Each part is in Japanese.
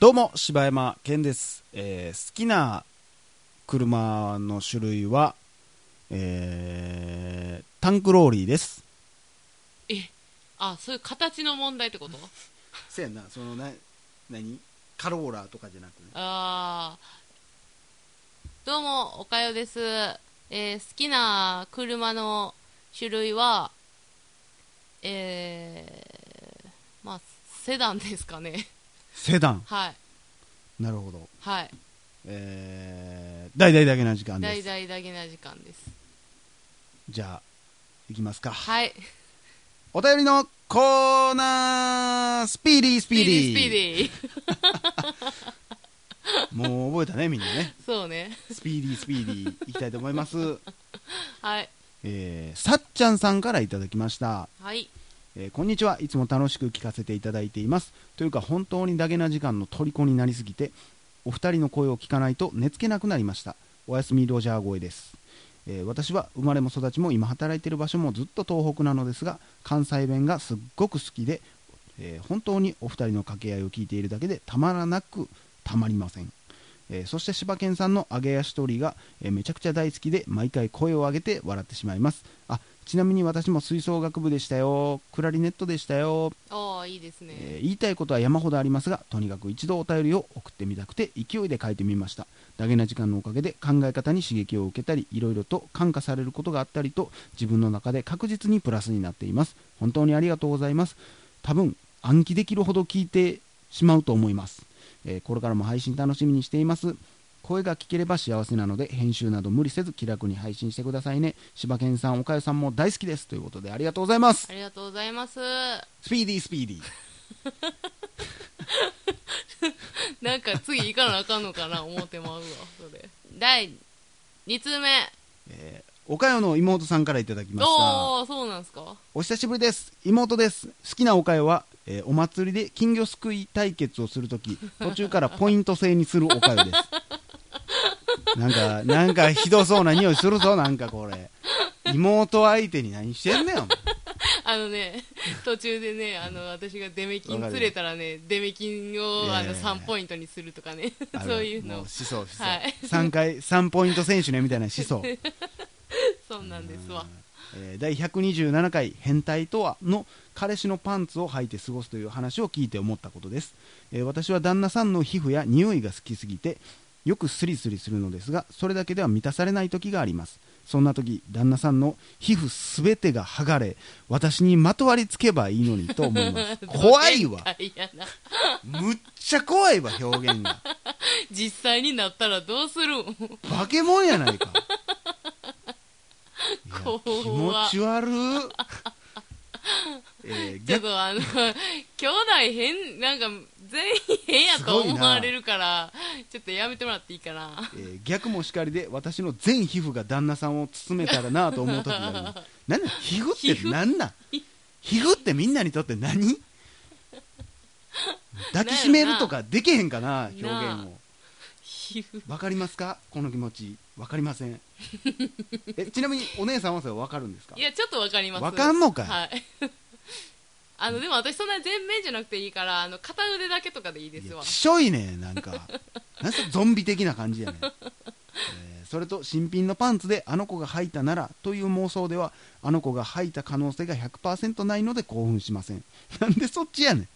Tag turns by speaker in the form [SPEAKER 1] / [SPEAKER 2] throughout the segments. [SPEAKER 1] どうも、柴山健です。えー好きな車の種類は、えータンクローリーです。
[SPEAKER 2] えあそういう形の問題ってこと
[SPEAKER 1] せやな、そのな、何カローラとかじゃなくね。
[SPEAKER 2] ああどうもおかよです、えー好きな車の種類はえーまあセダンですかね
[SPEAKER 1] セダン。
[SPEAKER 2] はい
[SPEAKER 1] なるほど。
[SPEAKER 2] はい
[SPEAKER 1] えー、大々だけな時間で
[SPEAKER 2] 大
[SPEAKER 1] す。
[SPEAKER 2] 々だけな時間です
[SPEAKER 1] じゃあ、いきますか。
[SPEAKER 2] はい
[SPEAKER 1] お便りのコーナースピーディースピーディー
[SPEAKER 2] スピーディー
[SPEAKER 1] もう覚えたね、みんな ね。
[SPEAKER 2] そうね
[SPEAKER 1] スピーディースピーディーいきたいと思います。
[SPEAKER 2] はい
[SPEAKER 1] えー、さっちゃんさんからいただきました。
[SPEAKER 2] はい
[SPEAKER 1] えーこんにちはいつも楽しく聞かせていただいていますというか本当にダゲな時間の虜になりすぎてお二人の声を聞かないと寝つけなくなりましたおやすみロジャー声です、えー私は生まれも育ちも今働いている場所もずっと東北なのですが関西弁がすっごく好きで、えー本当にお二人の掛け合いを聞いているだけでたまらなくたまりませんえーそして柴犬さんの揚げ足取りが、えーめちゃくちゃ大好きで毎回声を上げて笑ってしまいますあちなみに私も吹奏楽部でしたよクラリネットでしたよ、
[SPEAKER 2] ああいいですね、
[SPEAKER 1] えー言いたいことは山ほどありますがとにかく一度お便りを送ってみたくて勢いで書いてみましたダゲな時間のおかげで考え方に刺激を受けたりいろいろと感化されることがあったりと自分の中で確実にプラスになっています本当にありがとうございます多分暗記できるほど聞いてしまうと思います、えーこれからも配信楽しみにしています声が聞ければ幸せなので編集など無理せず気楽に配信してくださいね柴犬さんおかゆさんも大好きですということでありがとうございます
[SPEAKER 2] ありがとうございます
[SPEAKER 1] スピーディースピーディー
[SPEAKER 2] なんか次行かなあかんのかな思ってまうわそれ第2通目
[SPEAKER 1] えー、おかよの妹さんからいただきました
[SPEAKER 2] おおーそうなんすか
[SPEAKER 1] お久しぶりです妹です好きなおかよは、えーお祭りで金魚すくい対決をすると き途中からポイント制にするおかよですなんかなんかひどそうな匂いするぞなんかこれ妹相手に何してんねんお前
[SPEAKER 2] あのね途中でねあの私がデメキン釣れたらねデメキンをあ
[SPEAKER 1] いや
[SPEAKER 2] の
[SPEAKER 1] いやいや
[SPEAKER 2] 3ポイントにするとかね
[SPEAKER 1] ある
[SPEAKER 2] そういう
[SPEAKER 1] も
[SPEAKER 2] の
[SPEAKER 1] 思想思想、
[SPEAKER 2] はい
[SPEAKER 1] 3回3ポイント選手ねみたいな思 想
[SPEAKER 2] そうなんですわ
[SPEAKER 1] えー第127回「変態とは」の彼氏のパンツを履いて過ごすという話を聞いて思ったことです、えー私は旦那さんの皮膚や匂いが好きすぎてよくスリスリするのですがそれだけでは満たされない時がありますそんな時旦那さんの皮膚すべてが剥がれ私にまとわりつけばいいのにと思います 怖いわ
[SPEAKER 2] どうせやな
[SPEAKER 1] むっちゃ怖いわ表現が
[SPEAKER 2] 実際になったらどうするん
[SPEAKER 1] 化け物やない かいや
[SPEAKER 2] 怖っ
[SPEAKER 1] 気持ち悪っえー
[SPEAKER 2] ちょっ
[SPEAKER 1] 逆
[SPEAKER 2] とあの兄弟変なんか全員変やと
[SPEAKER 1] すごい
[SPEAKER 2] 思
[SPEAKER 1] な
[SPEAKER 2] われるからちょっとやめてもらっていい かな
[SPEAKER 1] えー逆もしかりで私の全皮膚が旦那さんを包めたらなと思う時がある なんだ皮膚ってなんなん皮膚ってみんなにとって何 抱きしめるとかできへんかな表現
[SPEAKER 2] な
[SPEAKER 1] を
[SPEAKER 2] 皮膚
[SPEAKER 1] わかりますかこの気持ちわかりませんえちなみにお姉さんはそれわかるんですか
[SPEAKER 2] いやちょっとわかります
[SPEAKER 1] わかんのかい
[SPEAKER 2] はい、 あのでも私そんなに全面じゃなくていいからあの片腕だけとかでいいで
[SPEAKER 1] い
[SPEAKER 2] す
[SPEAKER 1] や
[SPEAKER 2] わ
[SPEAKER 1] きしょいねなん かなんせゾンビ的な感じやね、えーそれと新品のパンツであの子が履いたならという妄想ではあの子が履いた可能性が100%ないので興奮しません なんでそっちやねん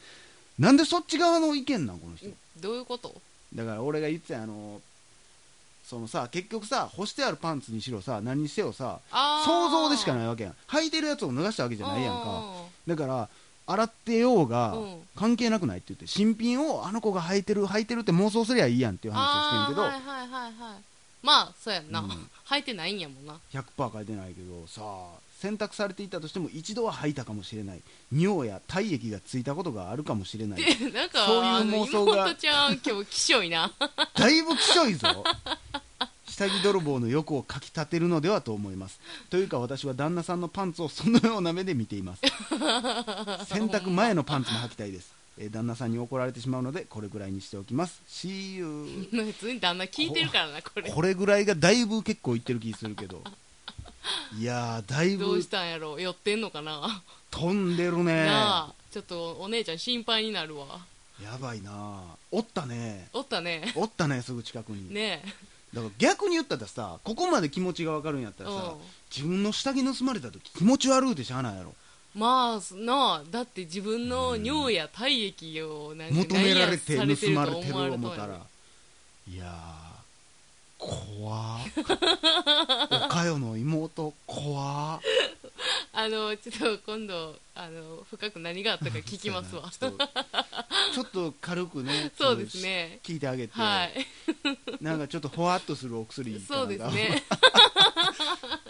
[SPEAKER 1] なんでそっち側の意見なんこの人
[SPEAKER 2] どういうこと
[SPEAKER 1] だから俺が言ってたあのそのさ結局さ干してあるパンツにしろさ何にせよさ
[SPEAKER 2] あー
[SPEAKER 1] 想像でしかないわけやん履いてるやつを脱がしたわけじゃないやんかだから洗ってようが
[SPEAKER 2] うん
[SPEAKER 1] 関係なくないって言って新品をあの子が履いてる履いてるって妄想すりゃいいやんっていう話を
[SPEAKER 2] あ
[SPEAKER 1] して
[SPEAKER 2] ー
[SPEAKER 1] んけど、
[SPEAKER 2] はいはいはいはいまあそうやんな、
[SPEAKER 1] うん
[SPEAKER 2] 履いてないんやもんな
[SPEAKER 1] 100%書いてないけどさ洗濯されていたとしても一度は履いたかもしれない尿や体液がついたことがあるかもし れない
[SPEAKER 2] でなんか
[SPEAKER 1] そういう
[SPEAKER 2] あ
[SPEAKER 1] 妄
[SPEAKER 2] の
[SPEAKER 1] 想が
[SPEAKER 2] 妹ちゃん今日きしょいな
[SPEAKER 1] だいぶきしょいぞ下着泥棒の欲をかきたてるのではと思いますというか私は旦那さんのパンツをそのような目で見てい ます洗濯前のパンツも履きたいですえー旦那さんに怒られてしまうのでこれぐらいにしておきます See you
[SPEAKER 2] 普通に旦那聞いてるからなこれ
[SPEAKER 1] これぐらいがだいぶ結構いってる気するけどいやーだい
[SPEAKER 2] どう
[SPEAKER 1] ぶ
[SPEAKER 2] したんやろ寄ってんのかな、
[SPEAKER 1] 飛んでるね
[SPEAKER 2] なあちょっとお姉ちゃん心配になるわ
[SPEAKER 1] えやばいなあおったね
[SPEAKER 2] おったね
[SPEAKER 1] おったねすぐ近くに、
[SPEAKER 2] ね
[SPEAKER 1] だから逆に言ったらさここまで気持ちが分かるんやった
[SPEAKER 2] え
[SPEAKER 1] らさ
[SPEAKER 2] う
[SPEAKER 1] 自分の下着盗まれた時気持ち悪うてしゃあないやろ
[SPEAKER 2] んまあすなあだって自分の尿や体液をなんか
[SPEAKER 1] 求められて
[SPEAKER 2] 何やさ
[SPEAKER 1] 盗まれてる
[SPEAKER 2] とわ
[SPEAKER 1] 思ったらいやー怖 ーおかよの妹怖ー
[SPEAKER 2] あのちょっと今度あの深く何があったか聞きます わ
[SPEAKER 1] ちょっとちょっと軽くね
[SPEAKER 2] そうですね
[SPEAKER 1] 聞いてあげて、
[SPEAKER 2] はい
[SPEAKER 1] なんかちょっとほわっとするお薬かな
[SPEAKER 2] そ
[SPEAKER 1] ん
[SPEAKER 2] う
[SPEAKER 1] か
[SPEAKER 2] ですね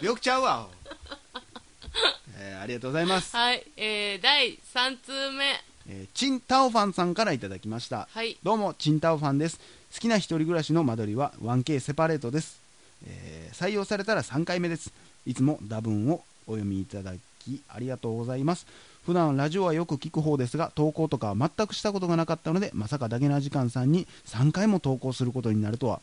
[SPEAKER 1] よくちゃう わ、えーありがとうございます、
[SPEAKER 2] はい、えー、第3通目
[SPEAKER 1] えーチンタオファンさんからいただきました
[SPEAKER 2] はい
[SPEAKER 1] どうもチンタオファンです好きな一人暮らしの間取りは 1K セパレートです、えー採用されたら3回目ですいつも打文をお読みいただきありがとうございます普段ラジオはよく聞く方ですが投稿とかは全くしたことがなかったのでまさかダゲな時間さんに3回も投稿することになるとは、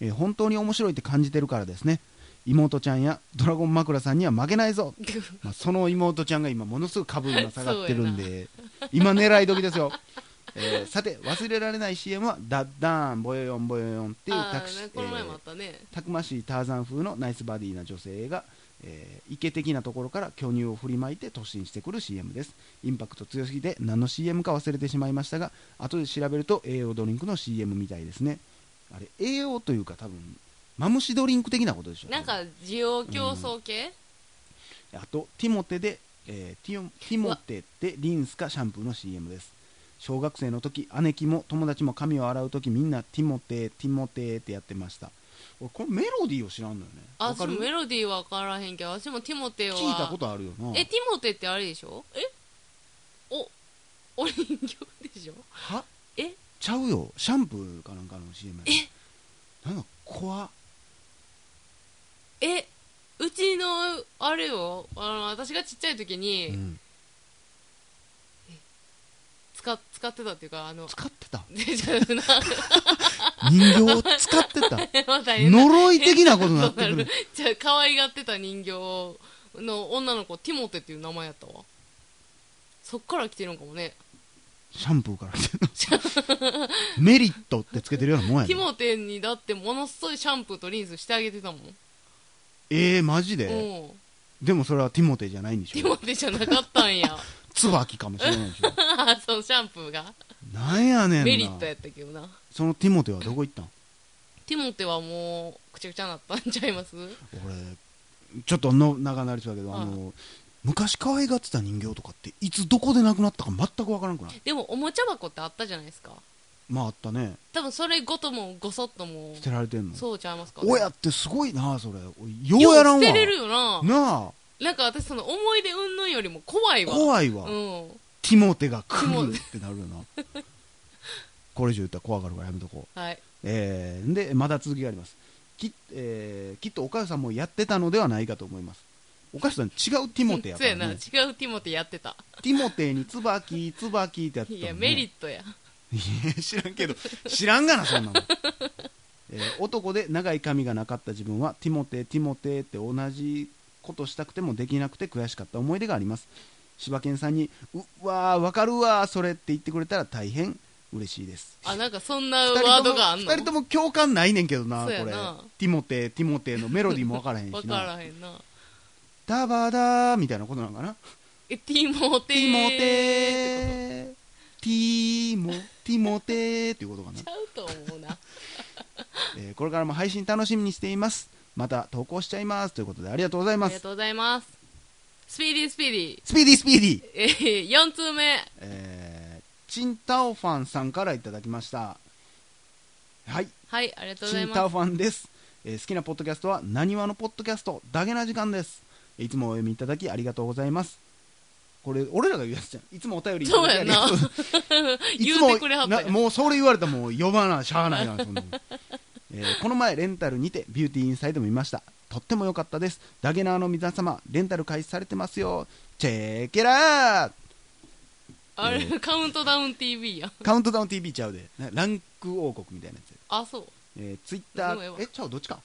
[SPEAKER 1] えー本当に面白いって感じてるからですね妹ちゃんやドラゴン枕さんには負けないぞまあ、その妹ちゃんが今ものすごく株今下がってるんで今狙い時です よ、えーさて忘れられない CM は「ダッダーンボヨヨンボヨヨン」っていう
[SPEAKER 2] あ
[SPEAKER 1] タクシ
[SPEAKER 2] ーね
[SPEAKER 1] え
[SPEAKER 2] この前もあ
[SPEAKER 1] ー
[SPEAKER 2] ったね、
[SPEAKER 1] たくましいターザン風のナイスバディな女性が、えー、イケ的なところから巨乳を振りまいて突進してくる CM ですインパクト強すぎて何の CM か忘れてしまいましたが後で調べると栄養ドリンクの CM みたいですねあれ栄養というか多分マムシドリンク的なことでしょ
[SPEAKER 2] なんか需要競争系、
[SPEAKER 1] あとティモテで、えーティオンティモテでリンスかシャンプーの CM です小学生の時姉貴も友達も髪を洗う時みんなティモテティモテってやってました俺このメロディーを知らんのよね
[SPEAKER 2] あ
[SPEAKER 1] わか
[SPEAKER 2] 私
[SPEAKER 1] る
[SPEAKER 2] もメロディーは分からへんけど私もティモテは
[SPEAKER 1] 聞いたことあるよな
[SPEAKER 2] えティモテってあれでしょえおお人形でしょ
[SPEAKER 1] は
[SPEAKER 2] え
[SPEAKER 1] ちゃうよシャンプーかなんかの CM や
[SPEAKER 2] え
[SPEAKER 1] なんか怖っ
[SPEAKER 2] えうちのあれよあの私がちっちゃい時
[SPEAKER 1] う
[SPEAKER 2] に
[SPEAKER 1] ん
[SPEAKER 2] 使,、使ってたっていうかあの
[SPEAKER 1] 使ってた
[SPEAKER 2] でじゃあな
[SPEAKER 1] 人形を使ってた
[SPEAKER 2] また変な
[SPEAKER 1] 呪い的なことにな ってくる
[SPEAKER 2] じゃあ可愛がってた人形の女の子ティモテっていう名前やったわそっから来てるんかもね
[SPEAKER 1] シャンプーから来てる のメリットってつけてるようなもんや
[SPEAKER 2] ティ
[SPEAKER 1] ね
[SPEAKER 2] モテにだってものすごいシャンプーとリンスしてあげてたもん、
[SPEAKER 1] えー、マジで、
[SPEAKER 2] うん
[SPEAKER 1] でもそれはティモテじゃないんで
[SPEAKER 2] テ
[SPEAKER 1] し
[SPEAKER 2] ィモ
[SPEAKER 1] ょ
[SPEAKER 2] テじゃなかったんや
[SPEAKER 1] 椿かもしれないでしょ
[SPEAKER 2] そのシャンプーが
[SPEAKER 1] なんやねんな
[SPEAKER 2] メリットやったけどな
[SPEAKER 1] そのティモテはどこ行ったん
[SPEAKER 2] ティモテはもうくちゃくちゃなったんちゃいます
[SPEAKER 1] 俺ちょっとの長なりそうだけど、
[SPEAKER 2] うん
[SPEAKER 1] あの昔可愛がってた人形とかっていつどこでなくなったか全くわからんくない
[SPEAKER 2] でもおもちゃ箱ってあったじゃないですか
[SPEAKER 1] まああったね
[SPEAKER 2] 多分それごともごそっとも
[SPEAKER 1] 捨てられてんの
[SPEAKER 2] そうちゃいますか
[SPEAKER 1] 親ってすごいなそれおいよ
[SPEAKER 2] よ
[SPEAKER 1] う
[SPEAKER 2] う
[SPEAKER 1] やらんわ
[SPEAKER 2] 捨てれるよな
[SPEAKER 1] なあ
[SPEAKER 2] なんか私その思い出云々よりも怖いわ
[SPEAKER 1] 怖いわ、
[SPEAKER 2] うん
[SPEAKER 1] ティモテが来
[SPEAKER 2] ティ
[SPEAKER 1] る
[SPEAKER 2] モテ
[SPEAKER 1] ってなるよなこれ以上言ったら怖がるからやめとこう
[SPEAKER 2] はい
[SPEAKER 1] えーでまだ続きがありますき,、えーきっとお母さんもやってたのではないかと思いますお母さん違うティモテやか
[SPEAKER 2] そ
[SPEAKER 1] ら、
[SPEAKER 2] うやな違
[SPEAKER 1] ね
[SPEAKER 2] う、ティモテやってた
[SPEAKER 1] ティモテに椿椿ってやってたもん、ね、
[SPEAKER 2] いやメリットや
[SPEAKER 1] いや知らんけど知らんがなそんなの、えー男で長い髪がなかった自分はティモテティモテって同じことしたくてもできなくて悔しかった思い出があります柴犬さんに「うわーわかるわーそれ」って言ってくれたら大変嬉しいです
[SPEAKER 2] あなんかそんなワ
[SPEAKER 1] 二人
[SPEAKER 2] ー
[SPEAKER 1] と
[SPEAKER 2] ド
[SPEAKER 1] も
[SPEAKER 2] があんの
[SPEAKER 1] 二人とも共感ないねんけどなこ
[SPEAKER 2] そうや
[SPEAKER 1] れ
[SPEAKER 2] な
[SPEAKER 1] ティモテーティモテーのメロディーも分からへんし
[SPEAKER 2] 分
[SPEAKER 1] な
[SPEAKER 2] からへんな
[SPEAKER 1] ダバダーみたいなことなんかな
[SPEAKER 2] えティモテ
[SPEAKER 1] ティモテ
[SPEAKER 2] ーって
[SPEAKER 1] ーティモティモテーっていうことかな
[SPEAKER 2] こ、とちゃうと思うな
[SPEAKER 1] えーこれからも配信楽しみにしていますまた投稿しちゃいますということでありがとうござい
[SPEAKER 2] あ
[SPEAKER 1] ま
[SPEAKER 2] りが
[SPEAKER 1] す
[SPEAKER 2] とうございますスピーディースピーディー
[SPEAKER 1] スピーディースピーディー
[SPEAKER 2] えー、4通目
[SPEAKER 1] えーチンタオファンさんからいただきましたはい
[SPEAKER 2] はいありがとうござ
[SPEAKER 1] チ
[SPEAKER 2] い
[SPEAKER 1] ンタ
[SPEAKER 2] ま
[SPEAKER 1] オ
[SPEAKER 2] す
[SPEAKER 1] ファンです、えー好きなポッドキャストはなにわのポッドキャストだけな時間ですいつもお読みいただきありがとうございますこれ俺らが言うやつじゃんいつもお便りいただきありがと
[SPEAKER 2] そう
[SPEAKER 1] い
[SPEAKER 2] 言
[SPEAKER 1] つ
[SPEAKER 2] う
[SPEAKER 1] も
[SPEAKER 2] てくれはった
[SPEAKER 1] な
[SPEAKER 2] よ
[SPEAKER 1] もうそれ言われたらもう呼ばなしゃあないなそんなのえーこの前レンタルにてビューティーインサイド見ましたとっても良かったですダゲナーの皆様レンタル開始されてますよチェーケラー
[SPEAKER 2] あれカウントダウン TV や
[SPEAKER 1] カウントダウン TV ちゃうでなランク王国みたいなやつ、
[SPEAKER 2] あそう
[SPEAKER 1] えー、ツイッタ
[SPEAKER 2] でもええ
[SPEAKER 1] ー
[SPEAKER 2] わ
[SPEAKER 1] えちゃうどっちか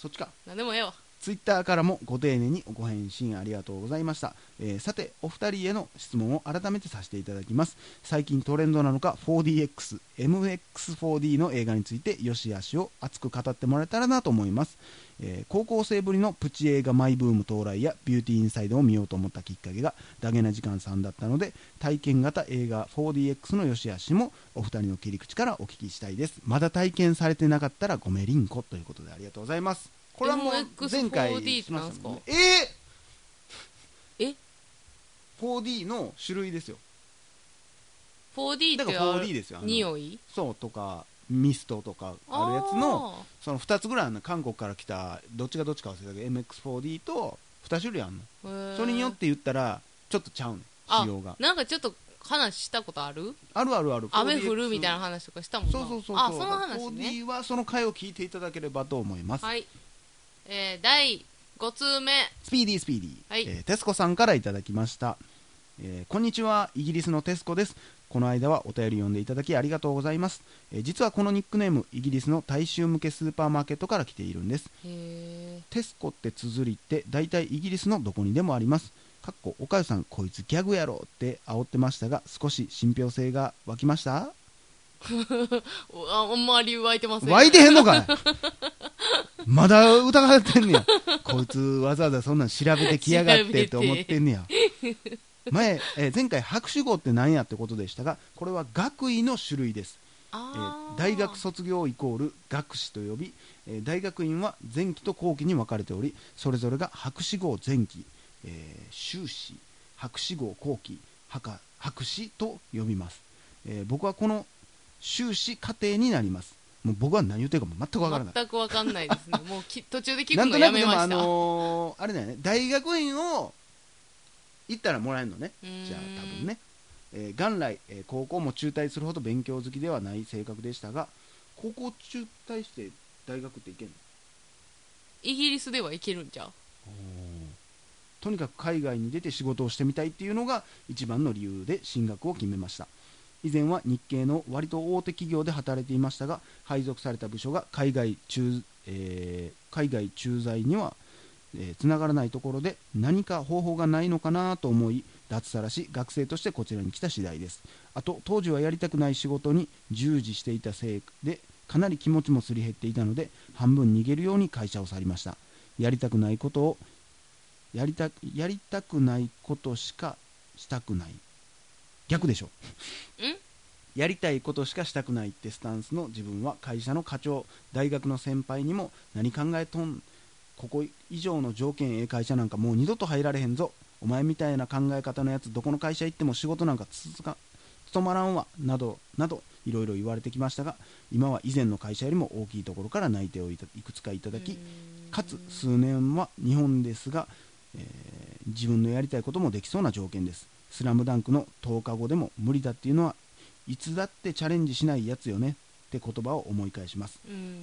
[SPEAKER 1] そっちか
[SPEAKER 2] なんでもええわ
[SPEAKER 1] ツイッターからもご丁寧にご返信ありがとうございました、えーさてお二人への質問を改めてさせていただきます最近トレンドなのか 4DXMX4D の映画についてよしあしを熱く語ってもらえたらなと思います、えー高校生ぶりのプチ映画マイブーム到来やビューティーインサイドを見ようと思ったきっかけがダゲな時間さんだったので体験型映画 4DX のよしあしもお二人の切り口からお聞きしたいですまだ体験されてなかったらごめりんこということでありがとうございますこれはもう
[SPEAKER 2] MX4D
[SPEAKER 1] 前回しましたもんねえ
[SPEAKER 2] え
[SPEAKER 1] ー、4D の種類ですよ
[SPEAKER 2] 4D
[SPEAKER 1] だ
[SPEAKER 2] っ
[SPEAKER 1] か
[SPEAKER 2] て
[SPEAKER 1] ら
[SPEAKER 2] あ
[SPEAKER 1] 4D ですよあの
[SPEAKER 2] 匂い
[SPEAKER 1] そうとかミストとかあるやつの
[SPEAKER 2] あー
[SPEAKER 1] その2つぐらいあんの韓国から来たどっちがどっちか忘れたけど MX4D と2種類あんの
[SPEAKER 2] へー
[SPEAKER 1] それによって言ったらちょっとちゃうねん
[SPEAKER 2] あ
[SPEAKER 1] 仕様が
[SPEAKER 2] なんかちょっと話したことある
[SPEAKER 1] あるあるある
[SPEAKER 2] 雨
[SPEAKER 1] 4DX
[SPEAKER 2] 降るみたいな話とかしたもんな
[SPEAKER 1] そうそうそう
[SPEAKER 2] あその話ね
[SPEAKER 1] 4D はその回を聞いていただければと思います、
[SPEAKER 2] はいえー、第5通目
[SPEAKER 1] スピーディースピーディー、
[SPEAKER 2] はい
[SPEAKER 1] えーテスコさんからいただきました、えーこんにちはイギリスのテスコですこの間はお便り読んでいただきありがとうございます、えー実はこのニックネームイギリスの大衆向けスーパーマーケットから来ているんです
[SPEAKER 2] へ
[SPEAKER 1] テスコって綴りって大体イギリスのどこにでもありますかっこおかゆさんこいつギャグやろって煽ってましたが少し信憑性が湧きました
[SPEAKER 2] ーおああんまり湧いてません
[SPEAKER 1] 湧いてへんのかいまだ疑ってんねやこいつわざわざそんなん調べてきやがっ
[SPEAKER 2] 調べ
[SPEAKER 1] て
[SPEAKER 2] て
[SPEAKER 1] って思ってんねや前、えー前回博士号って何やってことでしたがこれは学位の種類ですえ
[SPEAKER 2] あ
[SPEAKER 1] ー
[SPEAKER 2] ー
[SPEAKER 1] 大学卒業イコール学士と呼び、えー大学院は前期と後期に分かれておりそれぞれが博士号前期、えー修士博士号後期博博士と呼びます、えー僕はこの修士課程になりますもう僕は何言ってるかも全く分からない
[SPEAKER 2] 全くわかんないですねもうき途中で聞
[SPEAKER 1] な
[SPEAKER 2] く
[SPEAKER 1] んと
[SPEAKER 2] の
[SPEAKER 1] な
[SPEAKER 2] や
[SPEAKER 1] くで
[SPEAKER 2] め
[SPEAKER 1] も
[SPEAKER 2] ました
[SPEAKER 1] あのーあれだよね大学院を行ったらもらえるのね
[SPEAKER 2] うーん
[SPEAKER 1] じゃあ多分ね、えー元来、えー高校も中退するほど勉強好きではない性格でしたが高校中退して大学って行けんの
[SPEAKER 2] イギリスではいけるんちゃう
[SPEAKER 1] とにかく海外に出て仕事をしてみたいっていうのが一番の理由で進学を決めました以前は日系の割と大手企業で働いていましたが配属された部署が海外駐,、えー海外駐在にはつな、繋がらないところで何か方法がないのかなと思い脱サラし学生としてこちらに来た次第ですあと当時はやりたくない仕事に従事していたせいでかなり気持ちもすり減っていたので半分逃げるように会社を去りましたやりたくないことをやりたやりたくないことしかしたくない逆でしょ
[SPEAKER 2] ん
[SPEAKER 1] やりたいことしかしたくないってスタンスの自分は会社の課長大学の先輩にも何考えとんここ以上の条件ええ会社なんかもう二度と入られへんぞお前みたいな考え方のやつどこの会社行っても仕事なんか続か務まらんわなどなどいろいろ言われてきましたが今は以前の会社よりも大きいところから内定をいたいくつかいただき
[SPEAKER 2] うーん
[SPEAKER 1] かつ数年は日本ですが、えー自分のやりたいこともできそうな条件です「スラムダンクの10日後でも無理だっていうのはいつだってチャレンジしないやつよねって言葉を思い返します
[SPEAKER 2] うん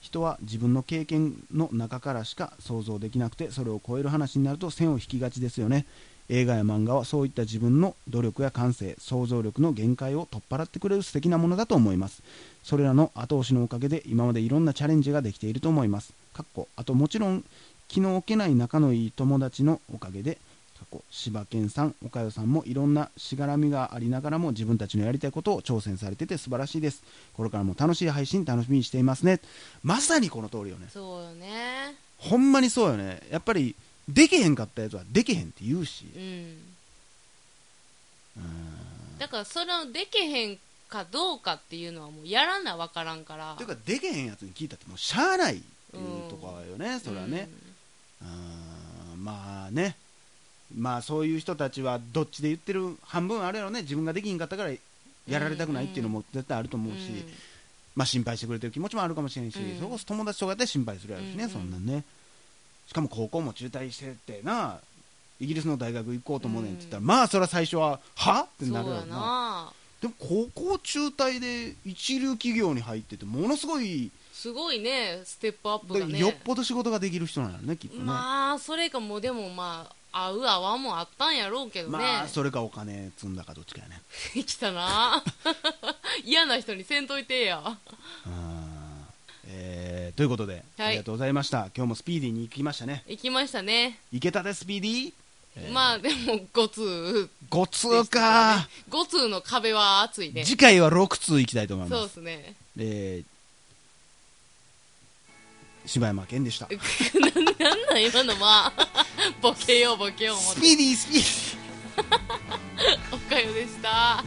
[SPEAKER 1] 人は自分の経験の中からしか想像できなくてそれを超える話になると線を引きがちですよね映画や漫画はそういった自分の努力や感性想像力の限界を取っ払ってくれる素敵なものだと思いますそれらの後押しのおかげで今までいろんなチャレンジができていると思いますかっこあともちろん気の置けない仲のいい友達のおかげで過去柴犬さん岡代さんもいろんなしがらみがありながらも自分たちのやりたいことを挑戦されてて素晴らしいですこれからも楽しい配信楽しみにしていますねまさにこの通りよね
[SPEAKER 2] そうよね
[SPEAKER 1] ほんまにそうよねやっぱりできへんかったやつはできへんって言うし
[SPEAKER 2] うん
[SPEAKER 1] うん
[SPEAKER 2] だからそれをできへんかどうかっていうのはもうやらなわからんから
[SPEAKER 1] というかできへんやつに聞いたってもうしゃあないっていうとこよねそれはねうんまあねまあそういう人たちはどっちで言ってる半分あるやろね自分ができへんかったからやられたくないっていうのも絶対あると
[SPEAKER 2] うん
[SPEAKER 1] 思うし、まあ心配してくれてる気持ちもあるかもしれんし、
[SPEAKER 2] うん
[SPEAKER 1] それこそ友達とかやったら心配するやろしね、
[SPEAKER 2] うん
[SPEAKER 1] そんなんねしかも高校も中退してってなイギリスの大学行こうと思うねんって言ったら、
[SPEAKER 2] う
[SPEAKER 1] まあそれは最初ははって
[SPEAKER 2] そう
[SPEAKER 1] な
[SPEAKER 2] や
[SPEAKER 1] るやろな
[SPEAKER 2] な
[SPEAKER 1] でも高校中退で一流企業に入っててものすごい、
[SPEAKER 2] すごいねステップアッ
[SPEAKER 1] だ
[SPEAKER 2] プが
[SPEAKER 1] から
[SPEAKER 2] ね
[SPEAKER 1] よっぽど仕事ができる人なんやろねきっとね、
[SPEAKER 2] まあそれかもうでもまあ合う合わんもあったんやろうけどね、
[SPEAKER 1] まあ それかお金積んだかどっちかやね
[SPEAKER 2] できた な嫌な人にせんといてや
[SPEAKER 1] うんえーえーということで、
[SPEAKER 2] はい
[SPEAKER 1] ありがとうございました今日もスピーディーに行きましたね
[SPEAKER 2] 行きましたね、
[SPEAKER 1] 行けたでスピーディー、えー
[SPEAKER 2] まあでも5通
[SPEAKER 1] 5通か、
[SPEAKER 2] 5通の壁は厚いね
[SPEAKER 1] 次回は6通行きたいと思い
[SPEAKER 2] そう
[SPEAKER 1] ま
[SPEAKER 2] ですすね
[SPEAKER 1] えー柴山健でした
[SPEAKER 2] なんなん今のまあボケようボケよう思っ
[SPEAKER 1] ス
[SPEAKER 2] て
[SPEAKER 1] ピーディースピーディー
[SPEAKER 2] おかよでした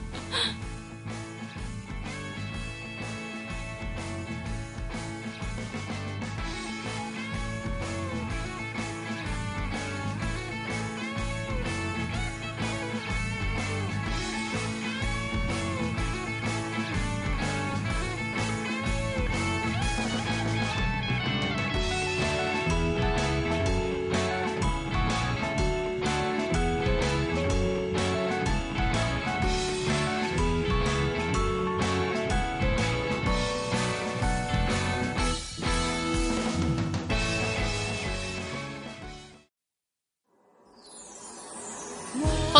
[SPEAKER 2] ポ